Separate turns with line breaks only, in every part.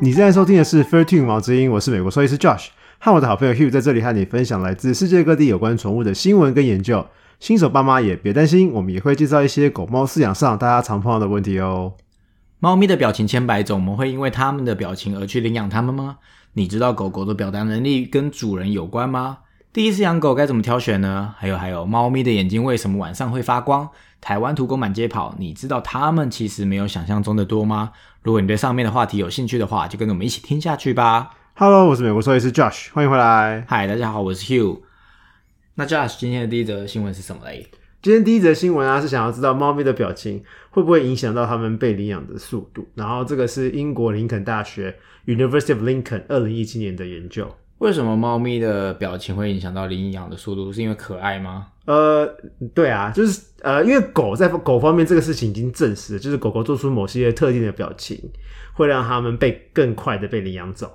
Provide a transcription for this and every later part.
你现在收听的是 Thirteen 毛之音，我是美国兽医师 Josh，和我的好朋友 Hugh 在这里和你分享来自世界各地有关宠物的新闻跟研究。新手爸妈也别担心，我们也会介绍一些狗猫饲养上大家常碰到的问题哦。
猫咪的表情千百种，我们会因为它们的表情而去领养它们吗？你知道狗狗的表达能力跟主人有关吗？第一次养狗该怎么挑选呢？还有还有，猫咪的眼睛为什么晚上会发光？台湾土狗满街跑，你知道它们其实没有想象中的多吗？如果你对上面的话题有兴趣的话，就跟着我们一起听下去吧。
Hello，我是美国兽医师 Josh，欢迎回来。
嗨，大家好，我是 Hugh。那 Josh 今天的第一则新闻是什么嘞？
今天第一则新闻啊，是想要知道猫咪的表情会不会影响到它们被领养的速度。然后这个是英国林肯大学 University of Lincoln 二零一七年的研究。
为什么猫咪的表情会影响到领养的速度？是因为可爱吗？
呃，对啊，就是呃，因为狗在狗方面这个事情已经证实了，就是狗狗做出某些特定的表情，会让它们被更快的被领养走。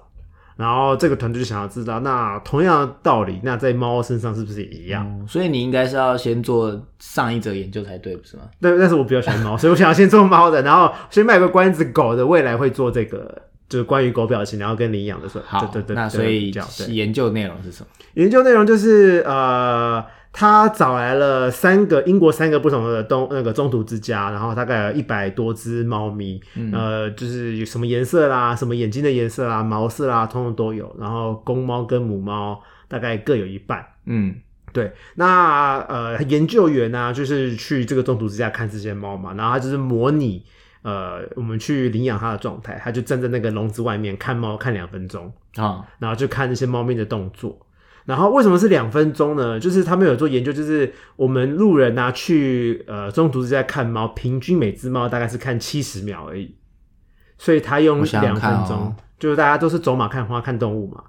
然后这个团队就想要知道，那同样的道理，那在猫身上是不是也一样？
嗯所以你应该是要先做上一则研究才对，不是吗？
但但是我比较喜欢猫，所以我想要先做猫的，然后先卖个关子，狗的未来会做这个，就是关于狗表情，然后跟领养的时候，
好，
对对对，
那
对
所以
这样对
研究内容是什么？
研究内容就是呃，他找来了三个英国三个不同的东那个中途之家，然后大概有一百多只猫咪，呃，就是有什么颜色啦，什么眼睛的颜色啦，毛色啦，通通都有。然后公猫跟母猫大概各有一半。
嗯，
对，那呃，研究员呢、就是去这个中途之家看这些猫嘛，然后他就是模拟呃，我们去领养它的状态，他就站在那个笼子外面看猫看两分钟，
啊、
然后就看那些猫咪的动作。然后为什么是两分钟呢？就是他们有做研究，就是我们路人啊去呃中途之家看猫，平均每只猫大概是看七十秒而已，所以他用
我想想
两分
看哦
钟，就是大家都是走马看花看动物嘛。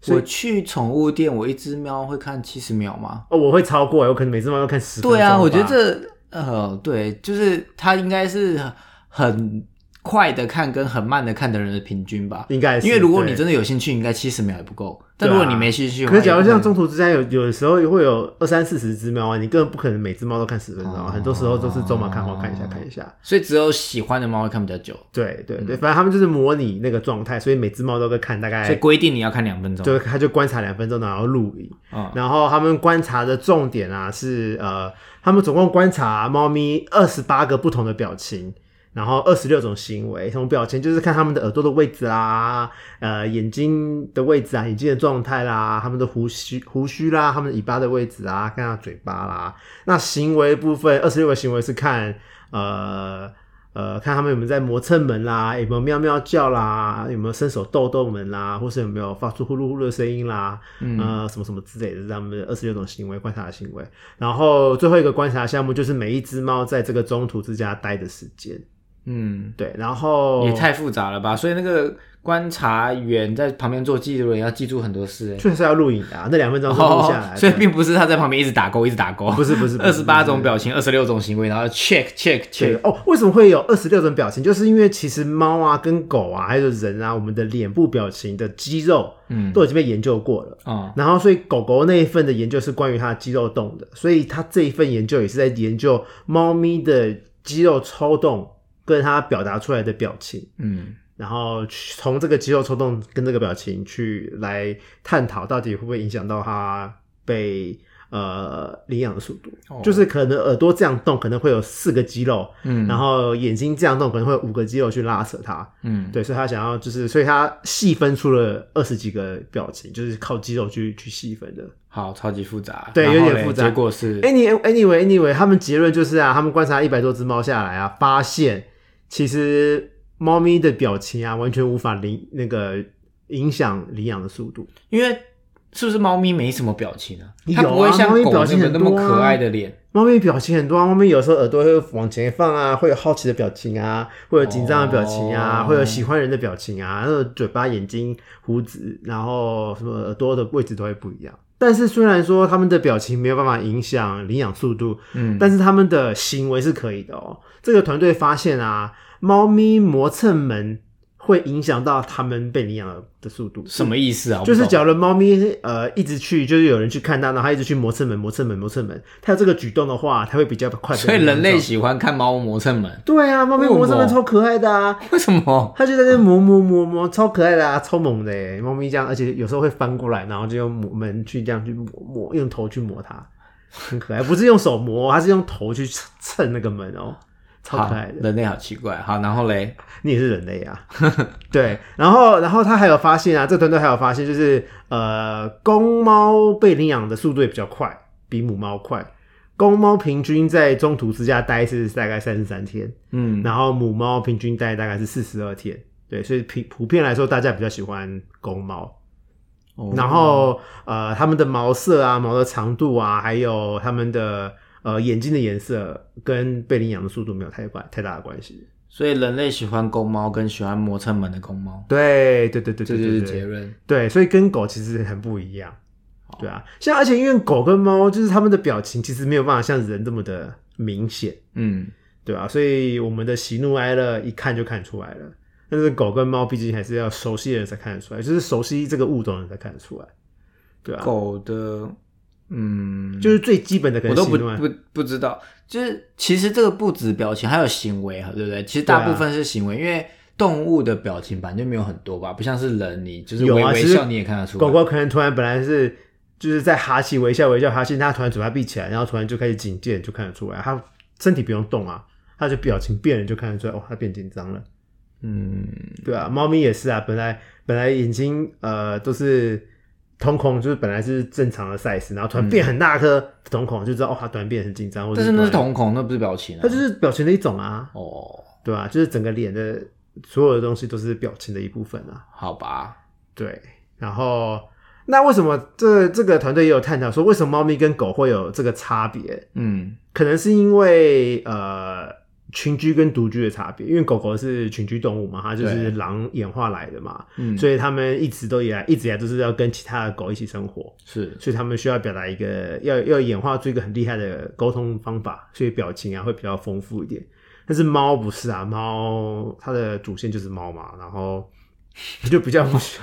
所以
我去宠物店，我一只喵会看七十秒吗？
哦，我会超过，我可能每只猫都看十。
对啊，我觉得这呃，对，就是它应该是很快的看跟很慢的看的人的平均吧。
应该是，
因为如果你
对
真的有兴趣，应该七十秒也不够。但
对
如
啊
果你没兴趣的话，
可是，假如
有
像
能
中途之家有有的时候会有二三四十只猫啊，你根本不可能每只猫都看十分钟啊，
哦
很多时候都是走马看花看一下看一下。
所以只有喜欢的猫会看比较久，
对对对，反正他们就是模拟那个状态，所以每只猫都会看大
嗯所
概，
以规定你要看两分钟。
就他就观察两分钟，然后录影。
嗯，
然后他们观察的重点啊是呃，他们总共观察猫咪二十八个不同的表情。然后二十六种行为，什么表情就是看他们的耳朵的位置啦，呃，眼睛的位置啊，眼睛的状态啦，他们的胡须胡须啦，他们的尾巴的位置啊，看他嘴巴啦。那行为部分，二十六个行为是看呃呃，看他们有没有在磨蹭门啦，有没有喵喵叫啦，有没有伸手逗逗门啦，或是有没有发出呼噜呼噜的声音啦，呃，什么什么之类的，是他们二十六种行为观察的行为。然后最后一个观察项目就是每一只猫在这个中途之家待的时间，
嗯，
对，然后
也太复杂了吧？所以那个观察员在旁边做记录的人要记住很多事、欸。
确实是要录影的、啊，那两分钟是录下来的、
哦，所以并不是他在旁边一直打勾，一直打勾，
不是不是不是
二十八
哦
种表情，二十六种行为，然后 check check
对
check，
哦，为什么会有二十六种表情？就是因为其实猫啊、跟狗啊，还有人啊，我们的脸部表情的肌肉，
嗯
都已经被研究过了。
哦，
然后，所以狗狗那一份的研究是关于它的肌肉动的，所以它这一份研究也是在研究猫咪的肌肉抽动跟它表达出来的表情，
嗯，
然后去从这个肌肉抽动跟这个表情去来探讨到底会不会影响到它被呃领养的速度，
哦
就是可能耳朵这样动可能会有四个肌肉，
嗯
然后眼睛这样动可能会有五个肌肉去拉扯它，
嗯，
对，所以他想要就是，所以他细分出了二十几个表情，就是靠肌肉去去细分的。
好，超级复杂，
对
然后
有点
嘞
复杂
结果是，
Any anyway anyway，他们结论就是啊，他们观察一百多只猫下来啊，发现其实猫咪的表情啊，完全无法领那个影响领养的速度。
因为是不是猫咪没什么表情啊？
有啊
它不会像
猫咪
狗
表
那
情
么
很
那么
多啊
可爱的脸，
猫咪表情很多啊，猫咪有时候耳朵会往前放啊，会有好奇的表情啊，会有紧张的表情啊，
哦
会有喜欢人的表情啊，然后嘴巴、眼睛、胡子，然后什么耳朵的位置都会不一样。但是虽然说他们的表情没有办法影响领养速度，
嗯，
但是他们的行为是可以的哦。这个团队发现啊，猫咪磨蹭门会影响到它们被领养的的速度。
什么意思啊？我不
就是
懂
假如猫咪呃一直去，就是有人去看它，然后它一直去磨蹭门、磨蹭门、磨蹭门，它有这个举动的话，它会比较快被
所以
领养
人类
到
喜欢看猫磨蹭门，
对啊，猫咪磨蹭门
为什
超
么
可爱的啊，
为什么？
它就在那磨磨磨磨，超可爱的啊，超萌的耶猫咪这样，而且有时候会翻过来，然后就用磨门去这样去磨磨，用头去磨它，很可爱。不是用手磨，它是用头去蹭蹭那个门哦，超
好
可爱的，。
人类好奇怪。好，然后嘞，
你也是人类啊，对。然后，然后他还有发现啊，这个团队还有发现，就是呃，公猫被领养的速度也比较快，比母猫快。公猫平均在中途之家待是大概三十三天，
嗯，
然后母猫平均待大概是四十二天。对，所以普普遍来说，大家比较喜欢公猫。
哦
然后呃，它们的毛色啊、毛的长度啊，还有它们的呃眼睛的颜色，跟被领养的速度没有太关太大的关系。
所以人类喜欢公猫，跟喜欢磨蹭门的公猫，
对对对对
这
对
就
对
是
对，
结论。
对，所以跟狗其实很不一样。对啊，像而且因为狗跟猫就是它们的表情其实没有办法像人这么的明显，
嗯，
对啊，所以我们的喜怒哀乐一看就看出来了。但是狗跟猫毕竟还是要熟悉的人才看得出来，就是熟悉这个物种的人才看得出来，对啊，
狗的，嗯，
就是最基本的可
我
能
都
喜
不
怒哀
不不知道，就是其实这个不止表情，还有行为，对不对？其实大
对啊
部分是行为，因为动物的表情本来就没有很多吧，不像是人，你就是
有
微
啊，
微
其实
笑你也看得出来。
狗狗可能突然本来是就是在哈气微笑微笑哈气，它突然嘴巴闭起来，然后突然就开始警戒，就看得出来，它身体不用动啊，它就表情变了就看得出来，哦，它变紧张了。
嗯，
对啊，猫咪也是啊，本来本来眼睛呃都是瞳孔，就是本来是正常的 size，然后突然变很大颗瞳孔，就知道哦，它突然变很紧张，或者
但是那是
突然，
瞳孔，那不是表情啊。
它就是表情的一种啊，
哦，
对啊，就是整个脸的所有的东西都是表情的一部分啊，
好吧，
对。然后那为什么这这个团队也有探讨说，为什么猫咪跟狗会有这个差别？
嗯，
可能是因为呃群居跟独居的差别，因为狗狗是群居动物嘛，它就是
对
狼演化来的嘛，
嗯
所以他们一直都以来一直以来都是要跟其他的狗一起生活，
是
所以他们需要表达一个要要演化出一个很厉害的沟通方法，所以表情啊会比较丰富一点。但是猫不是啊，猫它的主线就是猫嘛，然后 就比较不需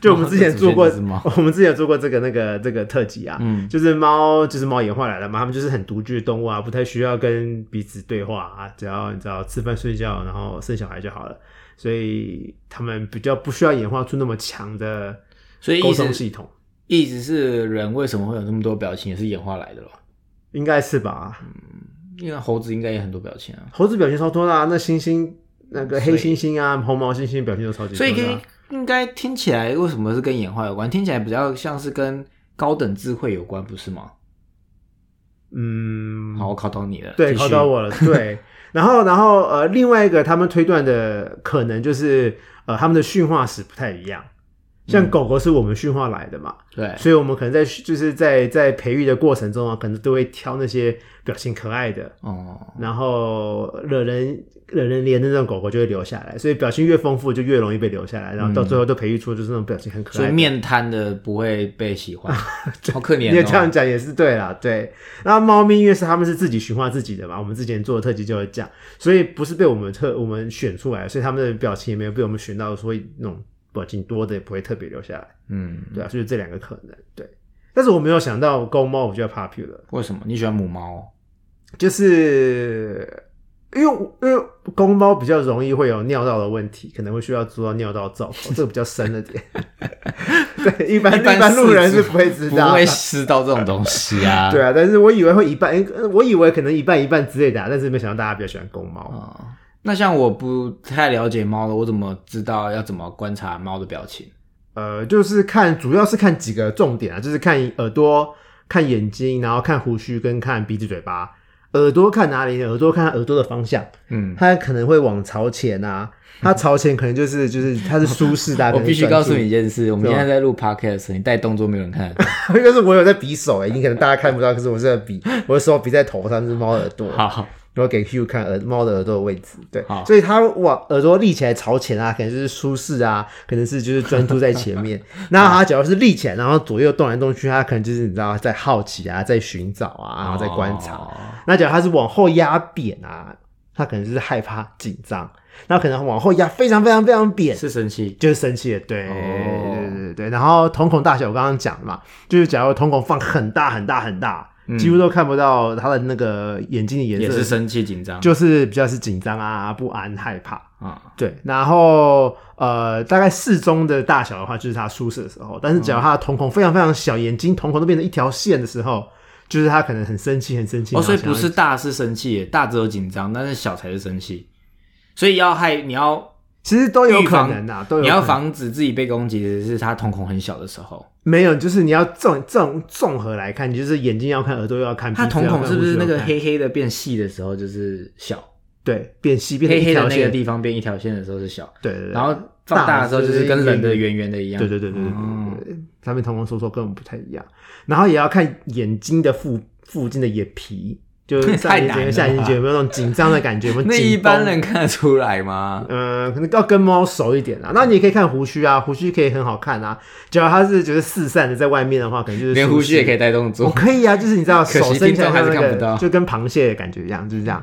就我们之前做过
猫的 主线就是猫，
我们之前有做过这个那个这个特辑啊，
嗯
就是猫就是猫演化来的嘛，它们就是很独居的动物啊，不太需要跟彼此对话啊，只要你知道吃饭睡觉，然后生小孩就好了。所以它们比较不需要演化出那么强的
所以
沟
意
通
思
系统，
意思是人为什么会有那么多表情，也是演化来的咯。
应该是吧？
嗯因为猴子应该也很多表情啊，
猴子表情超多啦、那猩猩那个黑
所以
猩猩啊、红毛猩猩表情都超级多
所
的
以
啊、
可以应该听起来为什么是跟演化有关？听起来比较像是跟高等智慧有关，不是吗？
嗯，
好，我考到你了，
对，
继续
考到我 了，对。然后，然后，呃，另外一个他们推断的可能就是，呃，他们的驯化史不太一样。像
嗯
狗狗是我们驯化来的嘛，
对，
所以我们可能在就是在在培育的过程中啊，可能都会挑那些表情可爱的，
哦，
然后惹人惹人怜的那种狗狗就会留下来。所以表情越丰富，就越容易被留下来，然后到最后都培育出就是那种表情很可
所
爱
以
的。
面瘫的不会被喜 欢，好可怜、哦。
你也这样讲也是对啦，对。那猫咪因为是它们是自己驯化自己的嘛，我们之前做的特辑就有讲，所以不是被我们特我们选出来，所以它们的表情也没有被我们选到，所以那种表情多的也不会特别留下来，
嗯，
对啊，所以这两个可能对。但是我没有想到公猫比较 popular，
为什么你喜欢母猫哦？
就是因为我因为公猫比较容易会有尿道的问题，可能会需要做到尿道造口，这个比较深了点。 对，一般
一般
路人
是
是不会知
不
道，
会吃到这种东西 啊。
对啊，但是我以为会一半，呃我以为可能一半一半之类的、啊，但是没想到大家比较喜欢公猫。
啊那像我不太了解猫了，我怎么知道要怎么观察猫的表情？
呃，就是看，主要是看几个重点啊，就是看耳朵、看眼睛，然后看胡须跟看鼻子、嘴巴。耳朵看哪里呢？耳朵看耳朵的方向，
嗯，
它可能会往朝前啊，它朝前可能就是就是它是舒适的、啊。
我必须告诉 你一
你，
件事，我们
对啊
现在在录 podcast，你带动作没有人看得到。
但是我有在比手哎、你可能大家看不到，可是我是在比，我的手比在头上，是猫耳朵。
好，
然后给 Hugh 看耳猫的耳朵的位置，对，
好
所以它往耳朵立起来朝前啊，可能就是舒适啊，可能是就是专注在前面。那它只要是立起来，然后左右动来动去，它可能就是你知道在好奇啊，在寻找啊，然后在观察。
哦
那假如它是往后压扁啊，它可能就是害怕、紧张，那可能往后压非常非常非常扁，
是生气，
就是生气了。对，
哦
对对对对。然后瞳孔大小，我刚刚讲了嘛，就是假如瞳孔放很大很大很大，几乎都看不到他的那个眼睛的颜
嗯也
色，
是生气紧张，
就是比较是紧张啊、不安、害怕。
啊，
对，然后呃，大概适中的大小的话，就是它舒适的时候。但是，只要它的瞳孔非常非常小，眼睛瞳孔都变成一条线的时候，就是它可能很生气，很生气。
哦，
然后
所以
想
不
要
是大是生气耶，大只有紧张，但是小才是生气，所以要害你要
其实都有
预
可
防
能啊，都有
你要
可能
防止自己被攻击的是他瞳孔很小的时候，
没有，就是你要综综综合来看，你就是眼睛要看，耳朵又要看，
他
鼻子
瞳
要
孔
看
是不
胡
是
须
那
要
个
看
黑黑的变细的时候就是小，
对变细变成
黑
一
黑的
条
那个
线？
地方变一条线的时候是小，
对对对，
然后放大的时候就是跟人的圆圆的一样，
对对对对对
哦
对对，上面瞳孔收缩跟我们不太一样，然后也要看眼睛的附附近的眼皮，就是上
太
眼
难
睛、
了
下眼
吧
睛有没有那种紧张的感觉？有没 有
那
紧
一般
绷
人看得出来吗？
呃，可能要跟猫熟一点啊。那你也可以看胡须啊，胡须可以很好看啊。只要它是就是四散的在外面的话，可能就是
连胡须也可
以。
以带动
我
作，
可以啊，就是你知道
可惜
手伸起来
听众还
像
是
那
看不到
个，就跟螃蟹的感觉一样，就是这样。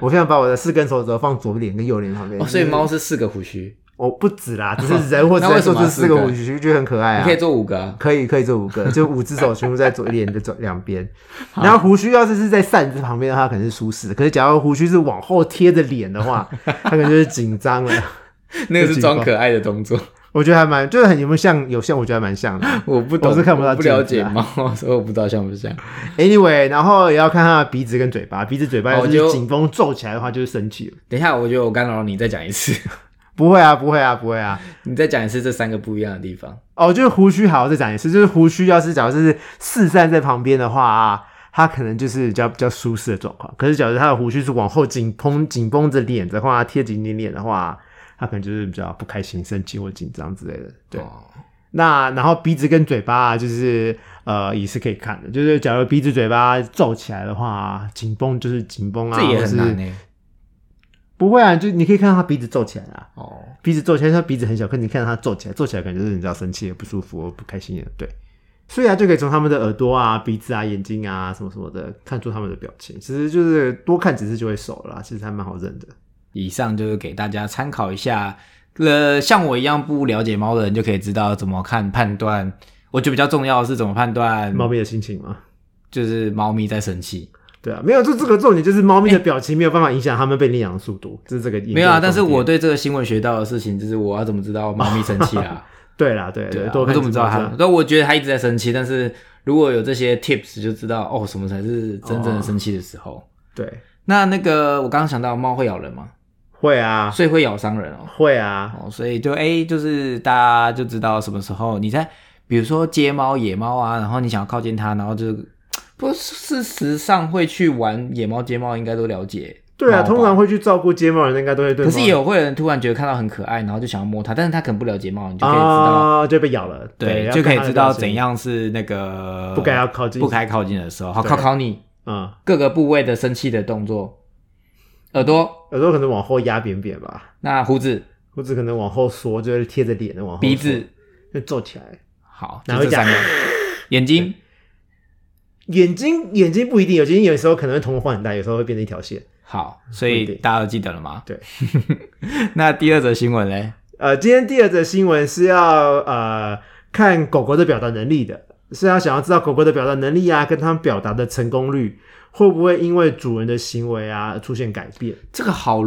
我现在把我的四根手指头放左脸跟右脸旁边。
哦，所以猫是四个胡须，
我不止啦，只是人或者
那
在
为什
说
么
这
要
四
四
个
个
胡须就很可爱
你
啊
可以。做五个啊，
可以可以这五个，就五只手全部在左脸的左两边，然后胡须要是是在扇子旁边的话，可能是舒适；可是假如胡须是往后贴着脸的 话，它可能就是紧张了。
那个是装可爱的动作，
我觉得还蛮，就是很有没有像有像，我觉得还蛮像的。
我不懂，
我是看不到
不了
镜
解
子啊
猫， 所以我不知道像不像。
Anyway，然后也要看他的鼻子跟嘴巴，鼻子嘴巴要
哦就是
紧绷皱起来的话，就是生气了。
等一下，我觉得我干扰你，再讲一次，
不会啊，不会啊，不会啊。
你再讲一次这三个不一样的地方。
哦，就是胡须好，我再讲一次，就是胡须要是假如是四散在旁边的话啊，它可能就是比较比较舒适的状况。可是假如它的胡须是往后紧绷紧绷着脸的话，贴紧你脸的话，它可能就是比较不开心、生气或紧张之类的。对。
哦
那然后鼻子跟嘴巴啊就是呃也是可以看的，就是假如鼻子嘴巴皱起来的话，紧绷就是紧绷啊，
这也很
或
难欸
是
呢。
不会啊，就你可以看到他鼻子皱起来啊，
哦，
鼻子皱起来，他鼻子很小，可是你看到他皱起来，皱起来感觉就是你知道生气了、不舒服、不开心了，对。所以啊，就可以从他们的耳朵啊、鼻子啊、眼睛啊什么什么的看出他们的表情。其实就是多看几次就会熟了啦，其实还蛮好认的。
以上就是给大家参考一下。呃，像我一样不了解猫的人，就可以知道怎么看判断。我觉得比较重要的是怎么判断，
猫咪的心情嘛，
就是猫咪在生气。
对啊，没有，就这个重点就是猫咪的表情没有办法影响它们被领养的速度，这是这个
没有
影响
啊，
的
但是
重点
我对这个新闻学到的事情就是，我要怎么知道猫咪生气啦？
对啦，对
对啊，
多
我
看
怎么
几
知道
次
它？但我觉得它一直在生气，但是如果有这些 tips，就知道哦，什么才是真正的生气的时候。
对，
那那个我刚刚想到，猫会咬人吗？
会啊，
所以会咬伤人哦。
会啊，
哦，所以就哎、就是大家就知道什么时候你在，比如说街猫、野猫啊，然后你想要靠近它，然后就不是事实上会去玩野猫、街猫，应该都了解。
对啊，
猫吧
通常会去照顾街猫人，应该都会对
可
猫。
是也有会有人突然觉得看到很可爱，然后就想要摸它，但是它可能不了解猫，你就可以知道，
啊，就被咬了，
对，
要
就可以
看它的
知道
表情
怎样是那个
不该要靠近，
不该靠近的时候。好，
对
考考你
嗯，
各个部位的生气的动作，耳朵、
耳朵可能往后压扁扁吧，
那胡子、
或者可能往后缩，就是贴着脸的往后缩
鼻子，
就皱起来。
好，
哪
就
会
这 三个，眼睛。
眼睛眼睛不一定，有睛有时候可能会瞳孔放很大，有时候会变成一条线。
好，所
不一
以
定
大家都记得了吗？
对。
那第二则新闻嘞？
呃，今天第二则新闻是要呃看狗狗的表达能力的，是要想要知道狗狗的表达能力啊，跟它们表达的成功率会不会因为主人的行为啊出现改变？
这个好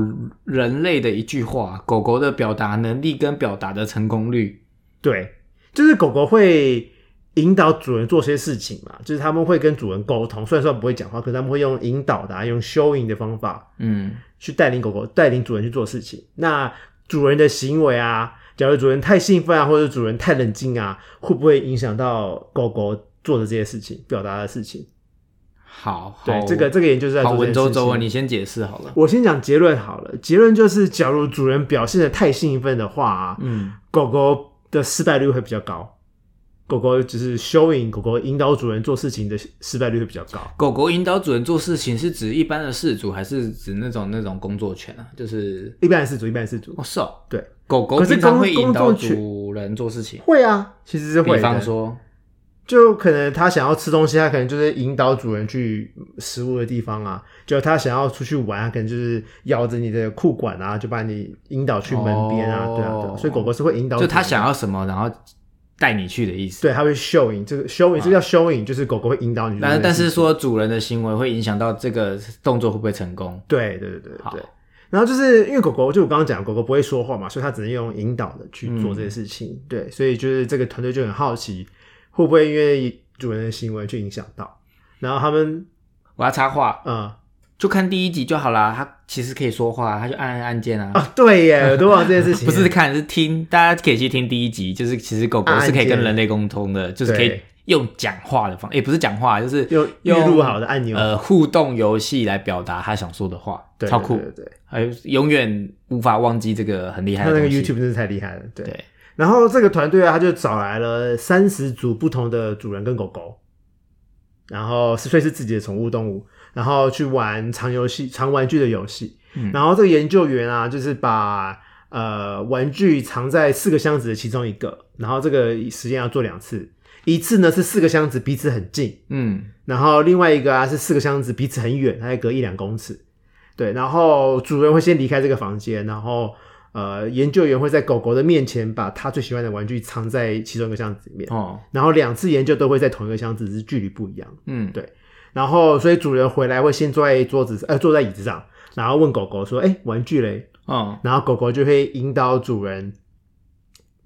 人类的一句话，狗狗的表达能力跟表达的成功率，
对，就是狗狗会引导主人做些事情嘛，就是他们会跟主人沟通，虽然说不会讲话，可是他们会用引导的、啊、用 showing 的方法，
嗯，
去带领狗狗、带领主人去做事情。那主人的行为啊，假如主人太兴奋啊，或者主人太冷静啊，会不会影响到狗狗做的这些事情、表达的事情？
好，
对
好，
这个这个研究是在
好
做这
文
件事
绉
情
绉啊，你先解释好了。
我先讲结论好了，结论就是，假如主人表现的太兴奋的话、啊，
嗯，
狗狗的失败率会比较高。狗狗只是 showing，狗狗引导主人做事情的失败率会比较高。
狗狗引导主人做事情是指一般的事主，还是指那种那种工作犬啊？就是
一般的事主，一般的事主
哦，，是哦，
对，
狗狗
可是
平常
工
会引
工
导
作犬
主人做事情，
会啊，其实是会的。
比方说，
就可能它想要吃东西，它可能就是引导主人去食物的地方啊；就它想要出去玩，它可能就是咬着你的裤管啊，就把你引导去门边啊，对啊，对啊。所以狗狗是会引导主
哦就
人，
它想要什么，然后带你去的意思。
对，它会 showing 这个 showing，这个叫 showing，就是狗狗会引导你去做这
啊但
件事情。
但是说主人的行为会影响到这个动作会不会成功？
对对对对
好
对。然后就是因为狗狗，就我刚刚讲，狗狗不会说话嘛，所以它只能用引导的去做这些事
嗯
情。对，所以就是这个团队就很好奇，会不会因为主人的行为去影响到？然后他们，
我要插话，
呃，
就看第一集就好啦。它其实可以说话，它就按按按键啊。
啊，对 耶，我都忘了这件事情。
不是看，是听，大家可以去听第一集，就是其实狗狗
按
是可以
键
跟人类沟通的，就是可以
对
用讲话的方，也、不是讲话，就是
用预录好的按钮，
呃互动游戏来表达他想说的话，
对，
超酷
对，对对，对
还有永远无法忘记这个很厉害
他
的
那个
东西
YouTube 真是太厉害了。对，
对，
然后这个团队啊，他就找来了三十组不同的主人跟狗狗，然后是所以是自己的宠物动物，然后去玩藏游戏、藏玩具的游戏。
嗯
然后这个研究员啊，就是把呃玩具藏在四个箱子的其中一个，然后这个实验要做两次，一次呢是四个箱子彼此很近，
嗯，
然后另外一个啊是四个箱子彼此很远，大概隔一两公尺。对，然后主人会先离开这个房间，然后呃，研究员会在狗狗的面前把他最喜欢的玩具藏在其中一个箱子里面，
哦，
然后两次研究都会在同一个箱子，只是距离不一样。
嗯，
对然后所以主人回来会先坐在桌子呃坐在椅子上，然后问狗狗说：“哎，玩具嘞？”
哦，
然后狗狗就会引导主人，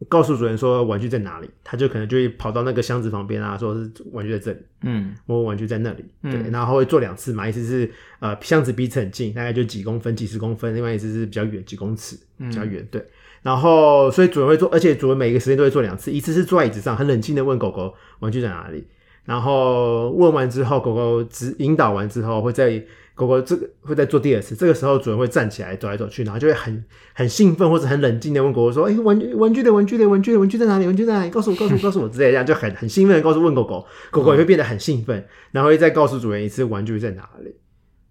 告诉主人说玩具在哪里，它就可能就会跑到那个箱子旁边啊，说是玩具在这里。
嗯，
摸玩具在那里，
嗯
对，然后会做两次嘛，一次是呃箱子彼此很近，大概就几公分、几十公分，另外一次是比较远，几公尺，比较远，对。然后所以主人会做，而且主人每个时间都会做两次，一次是坐在椅子上，很冷静的问狗狗玩具在哪里，然后问完之后，狗狗指引导完之后，会在狗狗这个会再做第二次，这个时候主人会站起来走来走去，然后就会很很兴奋或者很冷静的问狗狗说：“哎、玩具玩具的玩具的玩具的玩具在哪里？玩具在哪里？告诉我，告诉我，告诉我！”之类的，这样就很很兴奋的告诉问狗狗，狗狗也会变得很兴奋，然后会再告诉主人一次玩具在哪里。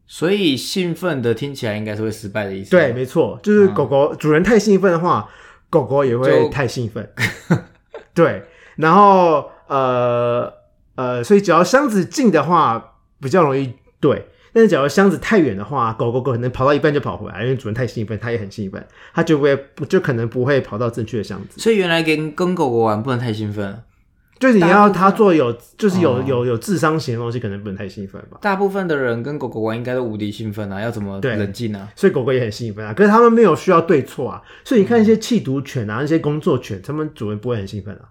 所以兴奋的听起来应该是会失败的意思，
对，没错，就是狗狗、主人太兴奋的话，狗狗也会
啊就
太兴奋。对，然后呃呃，所以只要箱子近的话，比较容易对。但是，假如箱子太远的话，狗狗可能跑到一半就跑回来，因为主人太兴奋，它也很兴奋，它就不会就可能不会跑到正确的箱子。
所以原来跟跟狗狗玩不能太兴奋，
就是你
大
要
部分
它做有就是有
哦
有有智商型的东西，可能不能太兴奋吧。
大部分的人跟狗狗玩应该都无敌兴奋啊，要怎么
对
冷静啊？
所以狗狗也很兴奋啊。可是他们没有需要对错啊，所以你看一些弃毒犬啊，那些工作犬，他们主人不会很兴奋啊，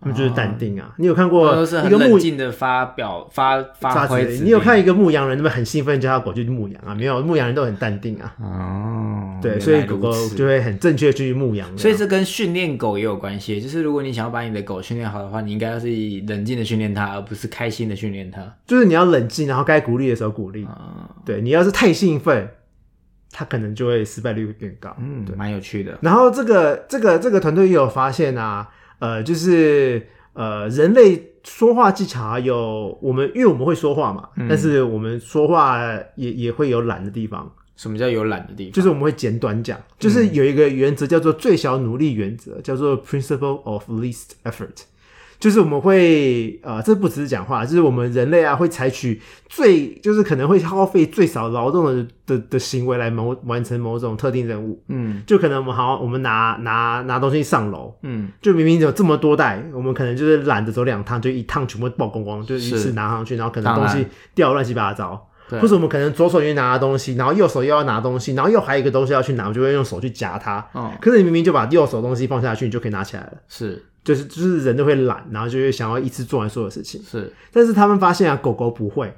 他们就是淡定啊。你有看过
我哦都是
一
很
个
冷
牧
静的发表发发
杂
挥
志
指
你有
令
看一个牧羊人，他们很兴奋叫他狗去牧羊啊？没有，牧羊人都很淡定啊。
哦，
对，
原
所以
来
狗
如
狗
此
就会很正确地去牧羊。
所以这跟训练狗也有关系，就是如果你想要把你的狗训练好的话，你应该要是以冷静的训练它，而不是开心的训练它。
就是你要冷静，然后该鼓励的时候鼓励。
啊，
对你要是太兴奋，它可能就会失败率会变高。
嗯，蛮有趣的。
然后这个这个这个团队也有发现啊，呃，就是呃，人类说话技巧啊有我们，因为我们会说话嘛，但是我们说话也也会有懒的地方，
什么叫有懒的地方？
就是我们会简短讲，就是有一个原则叫做最小努力原则，叫做 principle of least effort。就是我们会，呃，这不只是讲话，就是我们人类啊会采取最，就是可能会耗费最少劳动的的的行为来某完成某种特定任务。
嗯
就可能我们好，我们拿拿拿东西上楼，
嗯，
就明明有这么多袋，我们可能就是懒得走两趟，就一趟全部爆光光，就一
是
次拿上去，然后可能
当
东
然
西掉乱七八糟。
对
或。者我们可能左手去拿东西，然后右手又要拿东西，然后又还有一个东西要去拿，我就会用手去夹它。
哦，
可是你明明就把右手东西放下去，你就可以拿起来了。
是
就是就是人都会懒，然后就会想要一次做完所有事情。
是，
但是他们发现啊，狗狗不会，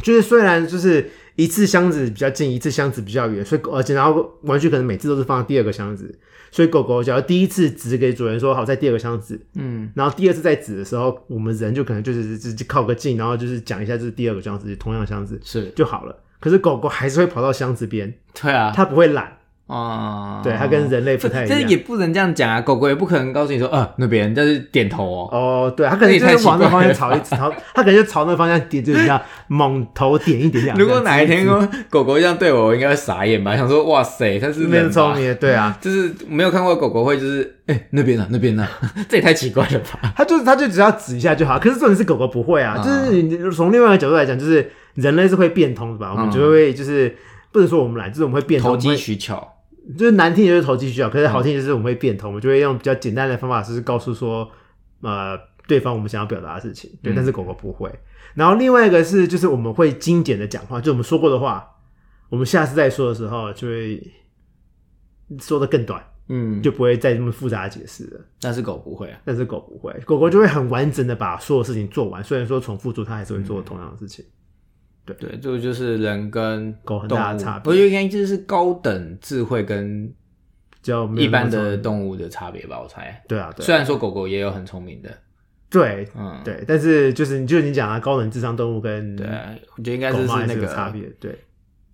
就是虽然就是一次箱子比较近，一次箱子比较远，所以狗而且然后玩具可能每次都是放在第二个箱子，所以狗狗只要第一次指给主人说好在第二个箱子，
嗯，
然后第二次再指的时候，我们人就可能就是只是靠个近，然后就是讲一下这是第二个箱子，同样的箱子
是
就好了。可是狗狗还是会跑到箱子边，
对啊，
它不会懒，
哦，
对它跟人类不太一样
这也不能这样讲啊，狗狗也不可能告诉你说，呃，那边，但是点头哦。
哦，对，它可能
这也太
就是往那
奇怪
方
了
向朝一朝，它可能就朝那方向点，就是这 样猛头点一点两下。
如果哪一天狗 狗狗这样对我，我应该会傻眼吧？想说，哇塞，它是
那边
人吧
聪？明，对啊，
就是没有看过狗狗会，就是哎、那边呢、那边呢、 这也太奇怪了吧？
它就它就只要指一下就好。可是重点是狗狗不会啊，
啊
就是你从另外一个角度来讲，就是人类是会变通的吧？我们
嗯
就会就是不能说我们懒，就是我们会变通，
投
我
机嗯
们
取巧，
会就是难听就是投机取巧，可是好听就是我们会变通，我们就会用比较简单的方法，就是告诉说呃对方我们想要表达的事情。对，
嗯
但是狗狗不会。然后另外一个是就是我们会精简的讲话，就我们说过的话，我们下次再说的时候就会说的更短，
嗯，
就不会再这么复杂的解释了。
但是狗不会啊。
但是狗不会，狗狗就会很完整的把所有事情做完。虽然说重复做，它还是会
嗯
做同样的事情。
对，这个就是人跟
狗很
动
大的
物
差别
不就应该就是高等智慧跟
就没
一
有那么
般的
重
动物的差别吧？我猜。
对啊，对
虽
啊
然说狗狗也有很聪明的，
对
嗯，
对，但是就是你就你讲啊，高等智商动物跟
对
狗
啊，我觉得应该就
猫
是
还
那
是有
个
差别，对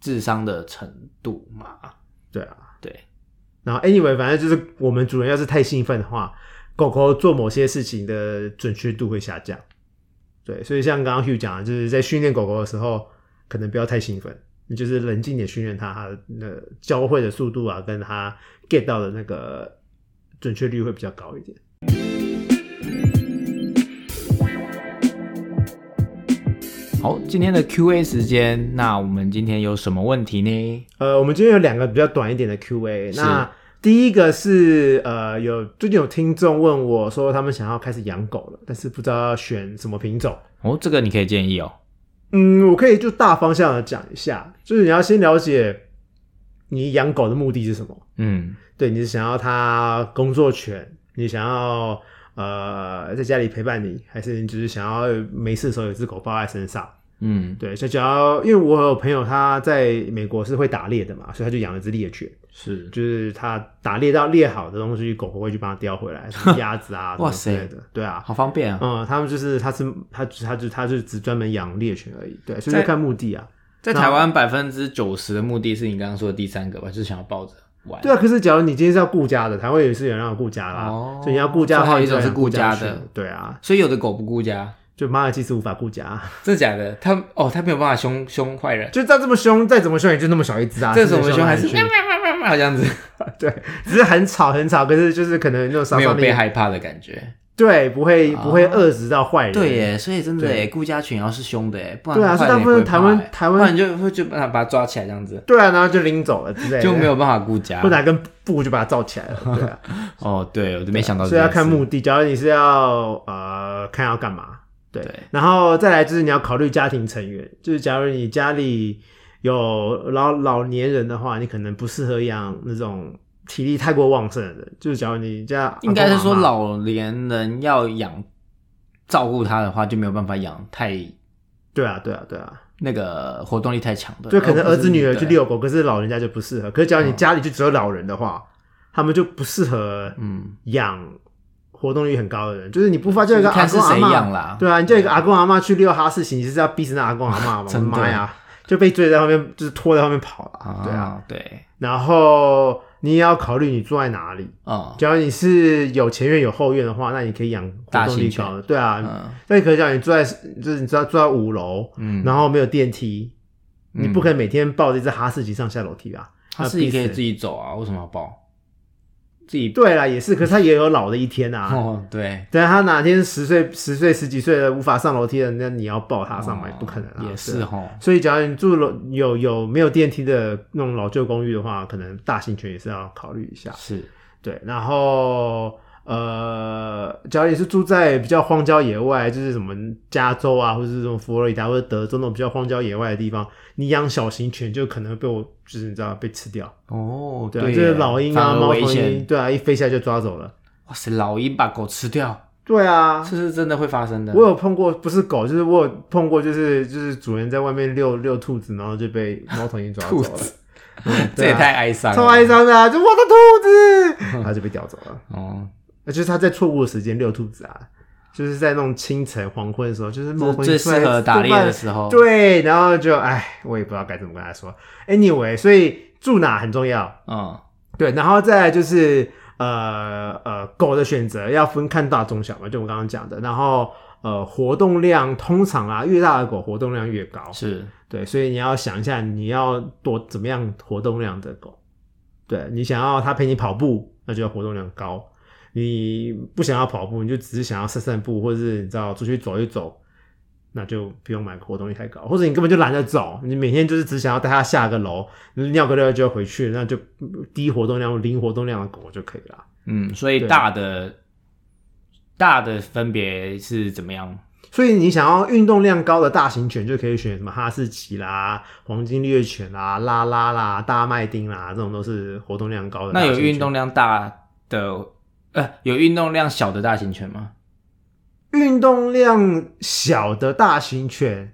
智商的程度嘛。
对啊。
对，
然后 anyway，反正就是我们主人要是太兴奋的话，狗狗做某些事情的准确度会下降。对，所以像刚刚 Hugh 讲的，就是在训练狗狗的时候，可能不要太兴奋，你就是冷静点训练它，它的教会的速度啊，跟它 get 到的那个准确率会比较高一点。
好，今天的 Q&A 时间，那我们今天有什么问题呢？
呃，我们今天有两个比较短一点的 Q&A。
是
那第一个是呃，有最近有听众问我说，他们想要开始养狗了，但是不知道要选什么品种。
哦，这个你可以建议哦。
嗯，我可以就大方向的讲一下，就是你要先了解你养狗的目的是什么。
嗯，
对，你是想要它工作犬，你想要呃在家里陪伴你，还是你只是想要没事的时候有只狗抱在身上？
嗯，
对，就只要因为我有朋友他在美国是会打猎的嘛，所以他就养了只猎犬。
是，
就是他打猎到猎好的东西，狗狗会去帮他叼回来，什么鸭子啊，什么
哇
之
塞
类的，对啊，
好方便啊。
嗯，他们就是他是他他就他就只专门养猎犬而已，对，所以
在
就看目的啊，
在台湾百分之九十的目的是你刚刚说的第三个吧，就是想要抱着玩。
对啊，可是假如你今天是要顾家的，台湾也是有人要顾家啦，
哦
所以你要顾家的话，
所以
你
还有一
就要
种是
养
顾
顾
家
犬
的
对啊，
所以有的狗不顾家，
就马尔济斯无法顾家，
真的假的？它哦，它没有办法凶凶坏人，
就再这么凶，再怎么凶也就那么小一只啊，
这
是
种
没
凶
到
还
哪
是
里去
喵喵喵 喵喵这样子，
对，只是很吵很吵，可是就是可能那种杀
没有
伤力
被，害怕的感觉。
对，不会不会遏制到坏人，
对耶，所以真的
对
耶，顾家犬要是凶的耶，不然
对啊，所
坏
以大
人
部
也不会
分
怕
台湾
耶
台
不
湾
然你就会就把它把它抓起来这样子，
对啊，然后就拎走了之类的，
就没有办法顾家
或。者拿根布就把它罩起来了，对啊，
哦，对，我就没想到这
所以
件事，
要看目的。假如你是要呃看要干嘛，对，
对
然后再来就是你要考虑家庭成员，就是假如你家里有老老年人的话，你可能不适合养那种体力太过旺盛的人，就是假如你家阿公
应该是说
阿嬷
老年人要养照顾他的话，就没有办法养太
对啊对啊对啊，
那个活动力太强的，
就可能
哦不
儿
是
子女儿
对哦
去遛狗，可是老人家就不适合。可是假如你家里就只有老人的话，他们就不适合
嗯，
养活动率很高的人，就是你不发现一个阿
看是
公阿
谁
嬷
养。啦。
对啊，你叫一个阿公阿妈去遛哈士奇，你是要逼死那阿公阿妈吗？我的
真的
妈呀，就被追在后面，就是拖在后面跑了。对啊，
啊，对，
然后你也要考虑你住在哪里。
嗯
假如你是有前院有后院的话，那你可以养活
大
动
型
力
犬
高的。对啊，
嗯
但你可以讲你住在，就是你知道住在五楼，
嗯，
然后没有电梯，你
嗯
不可能每天抱着一只哈士奇上下楼梯啊吧？
他自己可以自己走啊，为什么要抱？自己
对啦，也是，可是它也有老的一天啊。
哦，对，
等他哪天十岁、十岁、十几岁的无法上楼梯了，那你要抱他上来，
哦
不可能啊。
也
对
是哦
啊
哈，
所以，假如你住楼有有没有电梯的那种老旧公寓的话，可能大型犬也是要考虑一下。
是，
对，啊然后呃，假如你是住在比较荒郊野外，就是什么加州啊，或者是什么佛罗里达或者德州那种比较荒郊野外的地方，你养小型犬就可能会被我就是你知道被吃掉。
哦，
对啊，
耶
就是老鹰
反
啊、
而
猫头
危
鹰，
险，
对啊，一飞下来就抓走了。
哇塞，老鹰把狗吃掉，
对啊，
这是真的会发生的。
我有碰过，不是狗，就是我有碰过，就是就是主人在外面遛遛兔子，然后就被猫头鹰抓走
兔
了
子，
嗯
这
对
也
啊
太哀伤，
超哀。伤的、啊，就我的兔 子，然后就被叼走了。
哦，
那就是他在错误的时间遛兔子啊，就是在那种清晨黄昏的时候，就是猫
这
头鹰
最
出来
适合打猎
作伴
的时候。，
对，然后就哎，我也不知道该怎么跟他说。Anyway，所以住哪很重要，
嗯，
对，然后再来就是呃呃，狗的选择要分看大中小嘛，就我刚刚讲的。然后呃，活动量通常啊，越大的狗活动量越高，
是
对，所以你要想一下你要多怎么样活动量的狗。对你想要它陪你跑步，那就要活动量高；你不想要跑步，你就只是想要散散步，或者是你知道出去走一走，那就不用买活动力太高，或者你根本就懒得走，你每天就是只想要带它下个楼，尿个尿就要回去，那就低活动量、零活动量的狗就可以了。
嗯，所以
对
大的大的分别是怎么样？
所以你想要运动量高的大型犬，就可以选什么哈士奇啦、黄金猎犬啦、拉拉啦、大麦丁啦，这种都是活动量高的大
那
型犬。
有运动量大的，呃，有运动量小的大型犬吗？
运动量小的大型犬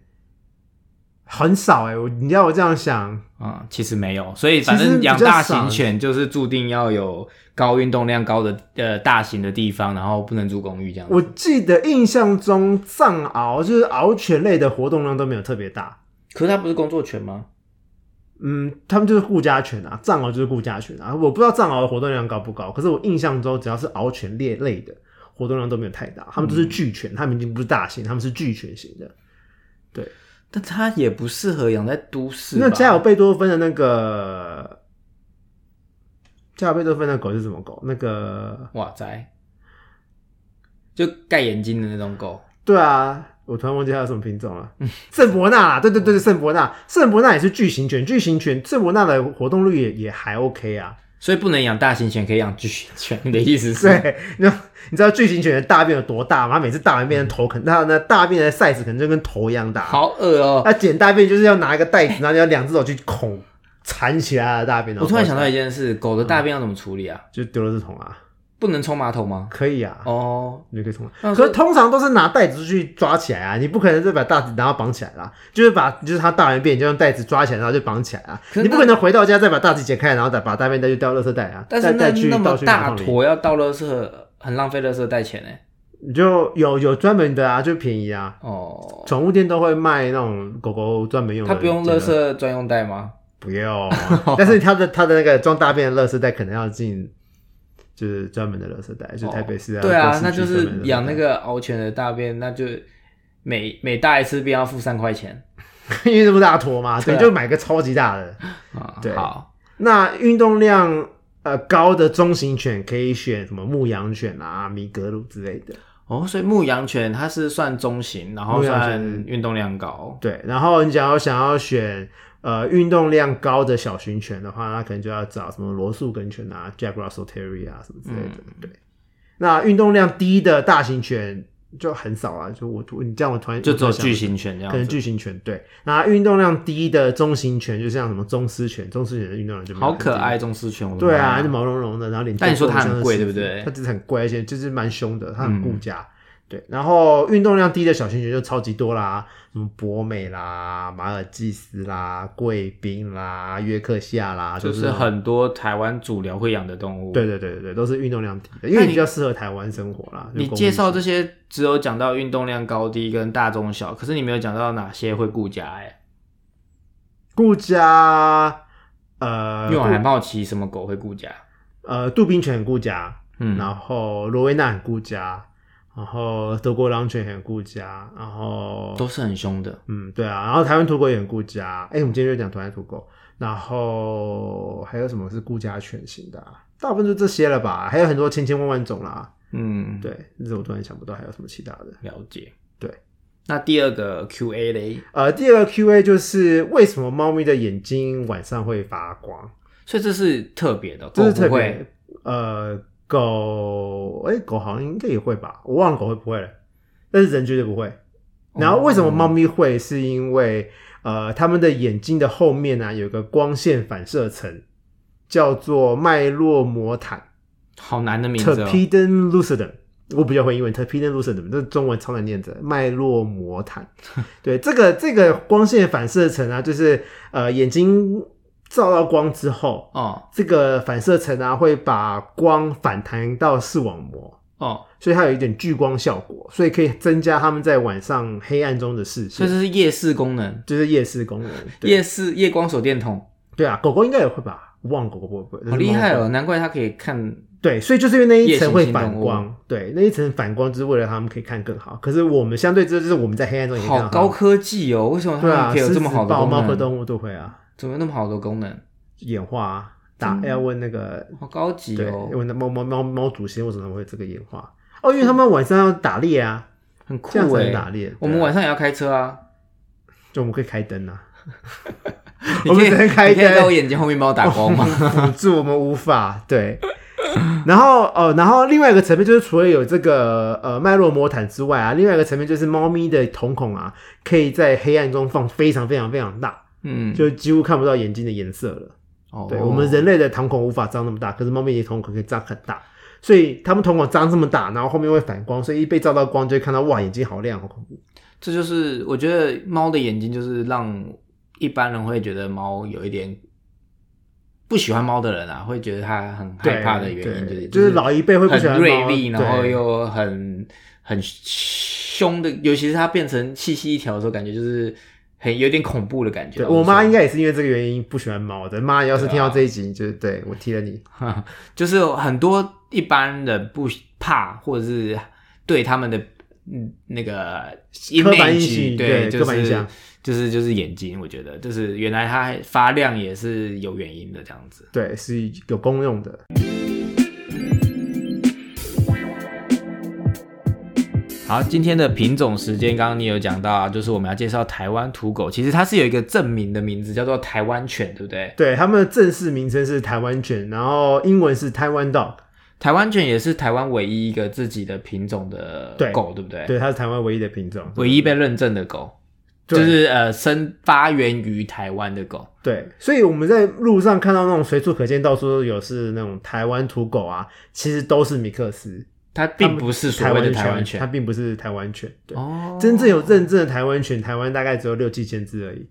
很少哎、我你要我这样想，
啊、其实没有，所以反
其实
正
比
养
较
大
少
型犬就是注定要有高运动量高的呃大型的地方，然后不能住公寓这样子。
我记得印象中藏獒就是獒犬类的活动量都没有特别大。
可是它不是工作犬吗？
嗯，他们就是顾家犬啊，藏獒就是顾家犬啊。我不知道藏獒的活动量高不高，可是我印象中只要是獒犬类类的活动量都没有太大，他们都是巨犬，他们已经不是大型，他们是巨犬型的。
但它也不适合养在都市吧。
那加有贝多芬的那个加有贝多芬的狗是什么狗？那个
哇塞，就盖眼睛的那种狗，
对啊，我突然忘记它有什么品种了。圣伯纳啦，对对对对，圣伯纳，圣伯纳也是巨型犬，巨型犬圣伯纳的活动率也也还 OK 啊。
所以不能养大型犬，可以养巨型犬。你的意思是？
对，你知道你知道巨型犬的大便有多大吗？它每次大完便的头可能，它那大便的 size 可能就跟头一样大。
好恶哦、
它捡大便就是要拿一个袋子，然后要两只手去孔缠起来的大便。
我突然想到
然后
一件事，狗的大便要怎么处理啊？
就丢了这桶啊，
不能冲马桶吗？
可以啊。
哦，
你就可以冲了，
那
可是通常都是拿袋子去抓起来啊，你不可能再把袋子然后绑起来啦，就是把就是它大完便你就用袋子抓起来，然后就绑起来啊，
可是那
你不可能回到家再把袋子解开，然后再把大便袋就掉垃圾袋啊，
但是
再
那
再去
那么
倒去马
大
桶里，
坨要倒垃圾，很浪费垃圾袋钱呢。欸
你就有有专门的啊，就便宜啊，
哦，
宠物店都会卖那种狗狗专门用的，
它不用垃，圾专用袋吗？
不 用，但是它的它的那个装大便的垃圾袋可能要进。就是专门的垃圾袋，就台北市啊。
对
各
啊
市，区
那就
专
是
门的垃圾
养
袋
那，个獒犬的大便，那就每每大一次便要付三块钱
因为这么大坨嘛，
对
对，
啊
就买个超级大的。
啊。
对
好，
那运动量呃高的中型犬可以选什么牧羊犬啊、米格鲁之类的。
哦，所以牧羊犬它是算中型，然后
牧羊
算
犬
运动量高。
对，然后你假如想要选呃运动量高的小型犬的话，那可能就要找什么罗素梗犬啊、Jack Russell Terrier 啊什么之类的。
嗯
对，那运动量低的大型犬就很少啊，就我我你这样我突然
就只有
我突然想
巨型犬这样
可能
子。
巨型犬对，那运动量低的中型犬，就像什么中狮犬，中狮犬的运动量就没有
好
很
可
低
爱，中狮犬。我的
对
妈
啊，
呀
就毛茸茸的，然后脸。
但你说它很贵对不对嗯
它真的很贵，而且就是蛮凶的，它很顾家。对，然后运动量低的小型犬就超级多啦，什么博美啦、马尔济斯啦、贵宾啦、约克夏啦，
就
都
是很多台湾主流会养的动物。
啊对，对对对对，都是运动量低的，因
那
为
你
比较适合台湾生活啦。就
你
公寓
介
型
绍这些只有讲到运动量高低跟大中小，可是你没有讲到哪些会顾家哎、
顾家，
欸，
呃，
因为我很
顾
好奇什么狗会顾家。
呃杜宾犬很顾家，
嗯，
然后罗威纳很顾家，然后德国狼犬很顾家，然后
都是很凶的。
嗯，对啊，然后台湾土狗也很顾家。哎、我们今天就讲台湾土狗，然后还有什么是顾家犬型的、啊？大部分就这些了吧，还有很多千千万万种啦。
嗯，，
对，这是我突然想不到还有什么其他的。
了解。
对，
那第二个 Q&A 嘞，
呃，第二个 Q&A 就是为什么猫咪的眼睛晚上会发光？
所以这是特别的，哦
这是特
狗不会
别呃，狗哎、狗好像应该也会吧，我忘了狗会不会了，但是人绝对不会。然后为什么猫咪会？是因为呃，它们的眼睛的后面呢、有个光线反射层，叫做脉络膜毯
好难的名字、哦。
（Terpeden lucidum）。我比较会英文，terpeden lucidum，这中文超难念着，脉络膜 毯。对，这个这个光线反射层啊，就是呃眼睛照到光之后，
哦
这个反射层啊会把光反弹到视网膜，
哦，
所以它有一点聚光效果，所以可以增加它们在晚上黑暗中的视
所
线，
以这是夜视功能，
就是夜视功能。对
夜视夜光手电筒。
对啊，狗狗应该也会吧？忘了狗狗会不会？
好厉害哦，！难怪他可以看。
对，所以就是因为那一层
夜
会
行性
反
动物
光，对，那一层反光就是为了他们可以看更好。可是我们相对之就是我们在黑暗中也看
好
到它
高科技哦！为什么他
对
们
啊，
可以有
狮
这么
子
好的
豹
功
猫科
能？
动物都会啊，
怎么有那么好的功能？
演化啊，打
真的
L 问那个
好高级
对，
哦，
问那猫猫猫猫祖先为什么会这个演化？哦，因为他们晚上要打猎啊，
很
这样
酷
才
哎
能！打猎。
我们
对啊
晚上也要开车啊，
就我们可以开灯啊，
你
我
可
们
以
只能开
你可以在
灯
我眼睛后面帮我打 光吗？
辅助我们无法 对。然后哦，然后另外一个层面就是，除了有这个呃脉络魔毯之外啊，另外一个层面就是猫咪的瞳孔啊，可以在黑暗中放非常非常非常大，
嗯，
就几乎看不到眼睛的颜色了。
哦
对，我们人类的瞳孔无法张那么大，可是猫咪的瞳孔可以张很大，所以它们瞳孔张这么大，然后后面会反光，所以一被照到光就会看到哇，眼睛好亮，好哦恐怖。
这就是我觉得猫的眼睛就是让一般人会觉得猫有一点不喜欢猫的人啊，会觉得它很
对
害怕的原因
对
是
就
就是
老一辈会不喜欢
很
猫
锐利，然后
对
又很很凶的，尤其是它变成细细一条的时候，感觉就是很有点恐怖的感觉。
对我妈应
该
该也是因为这个原因不喜欢猫的。妈，要是听到这一集，
啊
就是对我踢了你。
就是很多一般人不怕或者是对他们的。嗯，那个
刻板印象
image，对，
对
就
刻板印
是
象
就是就是眼睛，我觉得就是原来它发亮也是有原因的这样子。
对，是有公用的。
好，今天的品种时间，刚刚你有讲到啊，就是我们要介绍台湾土狗，其实它是有一个证明的名字，叫做台湾犬，对不对？
对，他们的正式名称是台湾犬，然后英文是 Taiwan dog。
台湾犬也是台湾唯一一个自己的品种的
对
狗，对不对？
对，它是台湾唯一的品种。
唯一被认证的狗，
对
就是呃生发源于台湾的狗。
对，所以我们在路上看到那种随处可见、到处都有是那种台湾土狗啊，其实都是米克斯，
它并不是所
台
谓的
湾
台湾
它
犬
并不是台湾犬。对，
哦，
真正有认证的台湾犬，台湾大概只有六七千只而已，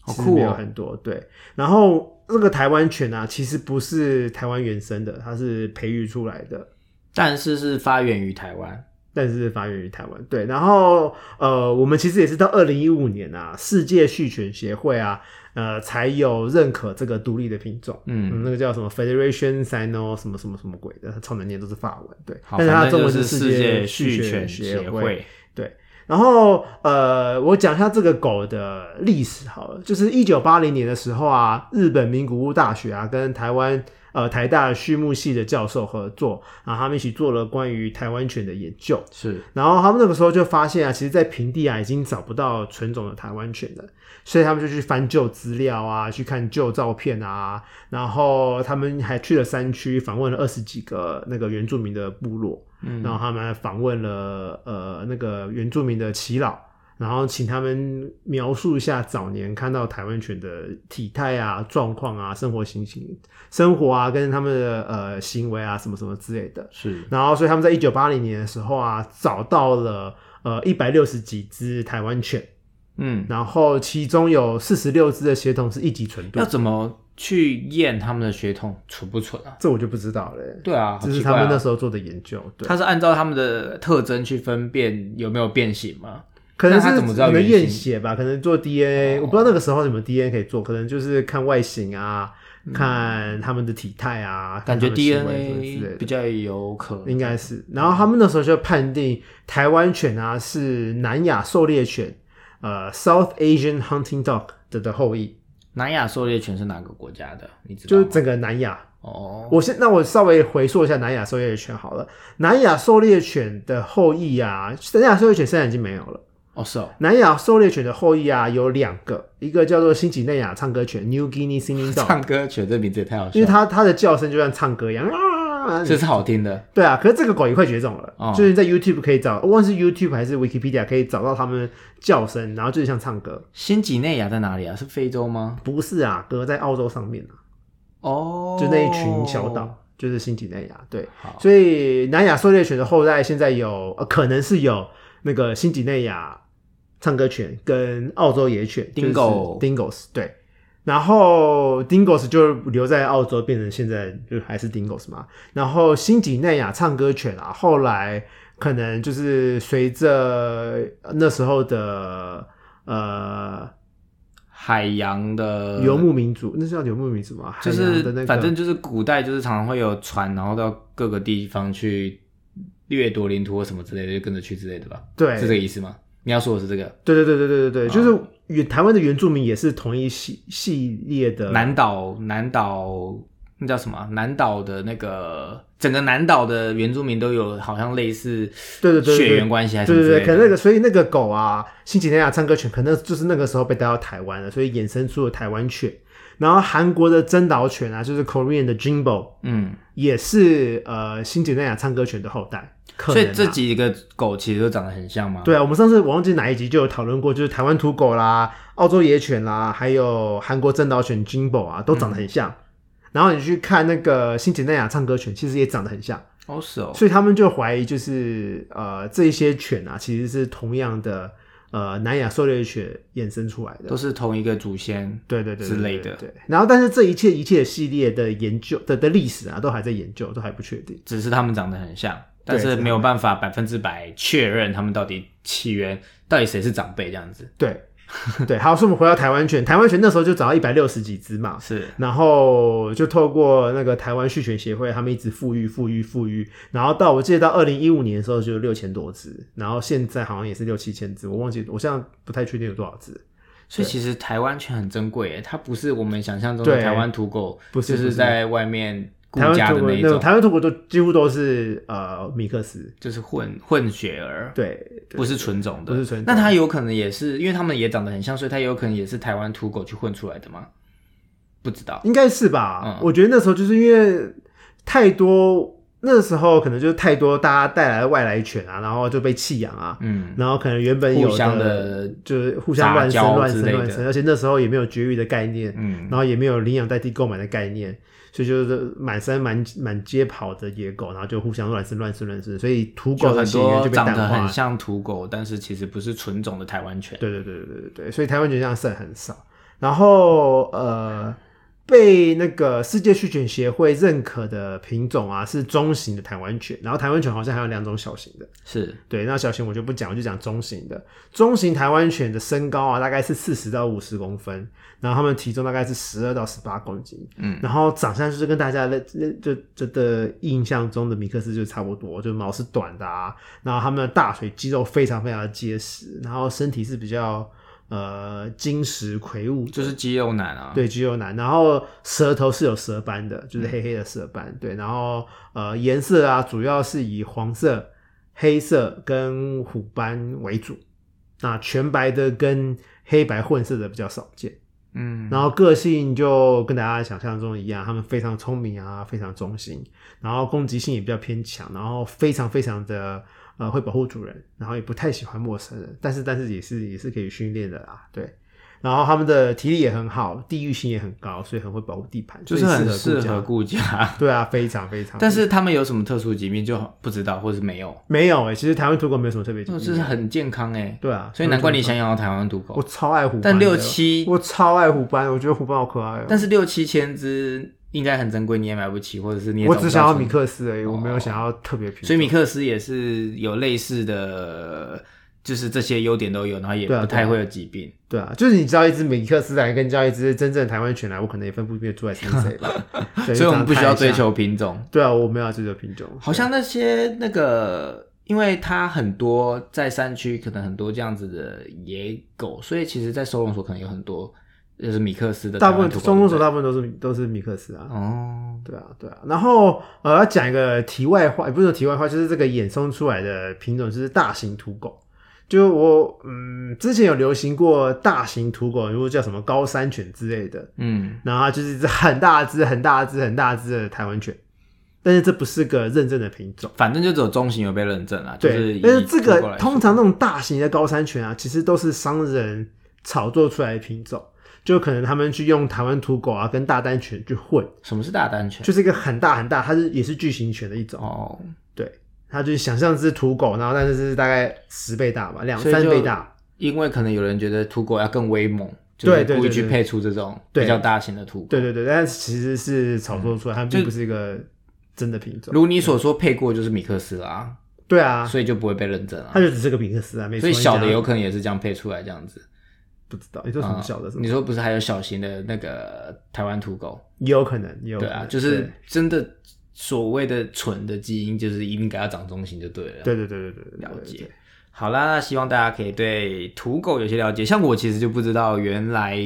好
其
酷哦
实没有很多。对，然后这个台湾犬啊，其实不是台湾原生的，它是培育出来的。
但是是发源于台湾。
但是发源于台湾，对。然后呃，我们其实也是到二零一五年啊，世界续犬协会啊，呃，才有认可这个独立的品种。嗯，
嗯，
那个叫什么 Federation Sino 什么什么什么鬼的，它超难念，都是法文。对，
好，
但是它
反
的
正
中
就
文
是
世
界
续
续
犬
犬
协
协会。
然后呃，我讲一下这个狗的历史好了，就是一九八零年的时候啊，日本名古屋大学啊跟台湾呃台大畜牧系的教授合作，然后他们一起做了关于台湾犬的研究。
是
然后他们那个时候就发现啊，其实，在平地啊已经找不到纯种的台湾犬了，所以他们就去翻旧资料啊，去看旧照片啊，然后他们还去了山区访问了二十几个那个原住民的部落，
嗯
然后他们还访问了呃那个原住民的耆老，然后请他们描述一下早年看到台湾犬的体态啊、状况啊、生活情形、生活啊，跟他们的呃行为啊什么什么之类的。
是
然后所以他们在一九八零年的时候啊，找到了呃一百六十几只台湾犬，
嗯，
然后其中有四十六只的血统是一级纯度
要，怎么去验他们的血统纯不纯啊？
这我就不知道了、
对啊，好
这是
奇
他
怪
们
啊
那时候做的研究，对，
它是按照他们的特征去分辨有没有变形吗？
可能
那他
是
怎么知道
可能
原型
验血吧，可能做 DNA，、
哦
我不知道那个时候什么 DNA 可以做，可能就是看外形啊，看他们的体态啊，
嗯感觉
看他们行为什么之类
DNA
的
比较嗯有可能，
应该是。然后他们那时候就判定台湾犬啊是南亚狩猎犬，呃，South Asian Hunting Dog 的的后裔，
南亚狩猎犬是哪个国家的？你知道
就是
吗？
整个南亚。
哦，
我先，那我稍微回溯一下南亚狩猎犬好了。南亚狩猎犬的后裔啊，南亚狩猎犬现在已经没有了。
哦是哦，
南亚狩猎犬的后裔啊，有两个，一个叫做新几内亚唱歌犬 （New Guinea Singing Dog），
唱歌犬这名字也太好
因
笑
为
了，
它它的叫声就像唱歌一样啊。
这是好听的。
对啊，可是这个狗也快绝种了，
哦
就是在 YouTube 可以找，无论是 YouTube 还是 Wikipedia 可以找到它们叫声，然后就是像唱歌。
新几内亚在哪里啊？是非洲吗？
不是啊，哥在澳洲上面啊，
哦，
就那一群小岛，。就是新几内亚。对，
好，
所以南亚狩猎犬的后代现在有，呃、可能是有那个新几内亚唱歌犬跟澳洲野犬
Dingo
Dingos 对。然后 Dingos 就留在澳洲，变成现在就还是 Dingos 嘛。然后新几内亚唱歌犬啊，后来可能就是随着那时候的呃
海洋的
游牧民族，那是叫游牧民族吗？
呃就
海
是
洋的那个，
反正就是古代就是常常会有船，然后到各个地方去掠夺领土或什么之类的，就跟着去之类的吧？
对
是这个意思吗？你要说的是这个
对对对对对对对，
啊
就是原台湾的原住民也是同一系系列的，
南岛，南岛那叫什么啊？南岛的那个整个南岛的原住民都有好像类似
对对对对
血缘关系还是
对
什么
对
之
对，
类
可
的
能那个所以那个狗啊，新几内亚唱歌犬，可能就是那个时候被带到台湾了，所以衍生出了台湾犬。然后韩国的真岛犬啊，就是 Korean 的 Jimbo，
嗯，
也是呃新几内亚唱歌犬的后代。可
所
能、
以
啊、
这几个狗其实都长得很像吗？
对啊，我们上次我忘记哪一集就有讨论过，就是台湾土狗啦、澳洲野犬啦，还有韩国真岛犬 Jimbo 啊，都长得很像。
嗯
然后你去看那个新几内亚唱歌犬，其实也长得很像，
哦是哦，
所以他们就怀疑就是呃这一些犬啊，其实是同样的呃南亚狩猎犬衍生出来的
都。是同一个祖先。
对对对对
之类
对
的
对，然后但是这一切一切系列的研究的的历史啊，都还在研究，都还不确定。
只是他们长得很像，但
对
是没有办法百分之百确认他们到底起源，到底谁是长辈这样子。
对对，好，所以我们回到台湾犬，台湾犬那时候就找到一百六十几只嘛，
是，
然后就透过那个台湾续犬协会，他们一直富裕、富裕、富裕，然后到我记得到二零一五年的时候就六千多只，然后现在好像也是六七千只，我忘记，我现在不太确定有多少只。
所以其实台湾犬很珍贵耶，它不是我们想象中
对
的台湾土狗，
不是
就
不
是
是
在外面顾
台湾
家的
土狗
一
那
种，
台湾土狗都几乎都是呃米克斯，
就是混混血儿，，
对，对
不是纯种的，
不是纯种
那它有可能也是，因为它们也长得很像，所以它有可能也是台湾土狗去混出来的吗？不知道，
应该是吧？
嗯
我觉得那时候就是因为太多。那时候可能就是太多大家带来的外来犬啊，然后就被弃养啊，
嗯，
然后可能原本有
互相的
就是互相乱生
杂交
乱生
之类的
乱生，而且那时候也没有绝育的概念，
嗯
然后也没有领养代替购买的概念，所以就是满山满满街跑的野狗，然后就互相乱生乱生乱生，所以土
就
狗的
很
血缘
多
就被
长
淡
得
化
很
了。
像土狗，但是其实不是纯种的台湾犬。
对对对对对对对，所以台湾犬这样剩很少。然后呃，被那个世界续犬协会认可的品种啊是中型的台湾犬，然后台湾犬好像还有两种小型的。
是，
对，那小型我就不讲，我就讲中型的。中型台湾犬的身高啊，大概是四十到五十公分，然后它们体重大概是十二到十八公斤，
嗯
然后长相就是跟大家的就就的印象中的米克斯就差不多，就毛是短的啊，然后它们的大腿肌肉非常非常的结实，然后身体是比较呃晶石魁梧的，
就是肌肉男啊。，
对，肌肉男，然后舌头是有舌斑的，就是黑黑的舌斑。对，然后呃，颜色啊，主要是以黄色、黑色跟虎斑为主。那全白的跟黑白混色的比较少见。
嗯，
然后个性就跟大家想象中一样，他们非常聪明啊，非常忠心，然后攻击性也比较偏强，然后非常非常的呃会保护主人，然后也不太喜欢陌生人，但是但是也是也是可以训练的啦，对。然后他们的体力也很好，地域性也很高，所以很会保护地盘，
就是很
所
适
以
合
合顾家。
顾家。
对啊，非常非常。
但是他们有什么特殊疾病就不知道，或是没有，
没有哎、其实台湾土狗没有什么特别疾
就
病，
哦是很健康哎。
对啊，
所以难怪你
台
想
湾
养台湾土
土狗我
狗。
超爱虎斑的，
但六七，
我超爱虎斑，我觉得虎斑好可爱哦、
但是六七千只应该很珍贵，你也买不起，或者是你也
我
找不
只
到
想要
什么哦
米，克斯而已，我没有想要特别品种。
所以米克斯也是有类似的，就是这些优点都有，然后也
对啊
不太
对啊
会有疾病。
对啊，就是你知道一只米克斯来跟叫一只真正的台湾犬来，我可能也分不辨出来是谁 吧。对
所以我们不需
就长得
要追。
太像
求品种。
对啊，我没有要追求品种。
好像那些那个，因为它很多在山区，可能很多这样子的野狗，所以其实，在收容所可能有很多，就是米克斯的
大部分
台湾土狗
中东手
对
大部分都是都是米克斯啊
不。对哦，
对啊，对啊。然后呃，要讲一个题外话，也不是说题外话，就是这个衍生出来的品种就是大型土狗。就我嗯，之前有流行过大型土狗，如果叫什么高山犬之类的，
嗯，
然后它就是一只很大只、很大只、很大只的台湾犬，但是这不是个认证的品种。
反正就只有中型有被认证啦，就
对，
是以
但是这
土狗
个
来说
通常那种大型的高山犬啊，其实都是商人炒作出来的品种，就可能他们去用台湾土狗啊跟大丹犬去混，
什么是大单犬？
就是一个很大很大，它是也是巨型犬的一种，
哦，
对，它就是想象是土狗，然后但是是大概十倍大吧，两
所以
三
就
倍大，
因为可能有人觉得土狗要更威猛，就是
对对
故意
对
去
对
配出这种
对
比较大型的土狗。
对对对，但是其实是炒作出来，它并不是一个真的品种，
嗯如你所说，配过就是米克斯啦，
对啊，
所以就不会被认证啊
它。就只是个米克斯啊，没错，
所以小的
你讲
有可能也是这样配出来这样子。
不知道，你说什么小的什么，
嗯你说不是还有小型的那个台湾土狗？
也有可能，也有可
对
能
啊，就是真的所谓的蠢的基因，就是应该要长中型就对了。
对对对对对对，对
了
对
解。好啦，那希望大家可以对土狗有些了解。像我其实就不知道，原来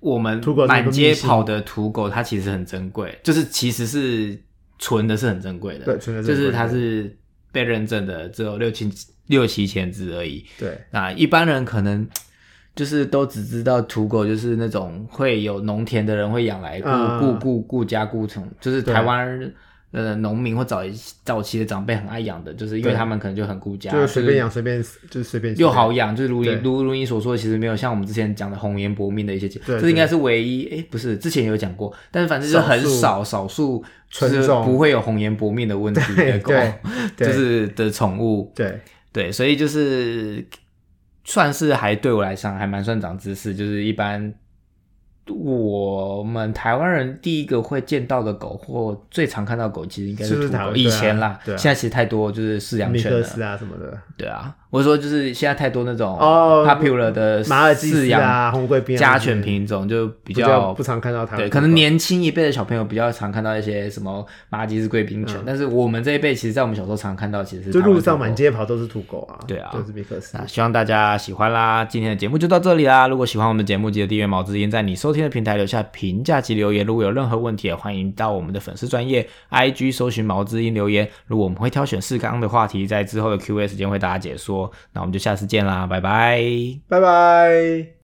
我们
土狗这么
满街
迷信
跑的土狗，它其实很珍贵，就是其实是纯的，是很珍贵的，
对纯的是
就
很
是
珍贵
它
的
是被认证的，只有六七六七千只而已。
对
那一般人可能就是都只知道土狗，就是那种会有农田的人会养来顾
嗯
顾顾顾家顾宠，就是
对
台湾呃农民或早早期的长辈很爱养的，就是因为
对
他们可能就很顾家，
就是随便养
就是
随便就是随便
又好养，就是如你
对
如如你所说，其实没有像我们之前讲的红颜薄命的一些，
对
这应该是唯一，哎，不是之前有讲过，但是反正就是
少
很
数
少少数
纯
是
种
不会有红颜薄命的问题的
对
狗，
对
就是的宠物，
对
对，所以就是算是还对我来讲还蛮算长知识，就是一般我们台湾人第一个会见到的狗或最常看到的狗，其实应该
是不
是
是
土
台
狗。
湾
以
对啊
前啦，
对啊
现在其实太多就是饲养
米
犬
克
了
斯，啊什么的，
对啊，我说就是现在太多那种
哦
popular 的
马尔济
饲
斯
养
啊红贵宾啊
家
这些
犬品种就比
比较
较
不常看到它们
对，
的
可能
狗
年轻一辈的小朋友比较常看到一些什么马尔济斯贵宾犬，但是我们这一辈其实，在我们小时候常看到，其实是
嗯就
台湾
路上
狗狗
满街跑都是土狗啊，
对啊
都是米克斯
那，希望大家喜欢啦，今天的节目就到这里啦。如果喜欢我们的节目，记得订阅毛之音，在你收听的平台留下评价及留言。如果有任何问题，也欢迎到我们的粉丝专业 IG 搜寻毛之音留言。如果我们会挑选适当的话题，在之后的 Q&A 时间为大家解说。那我们就下次见啦，拜拜。
拜拜。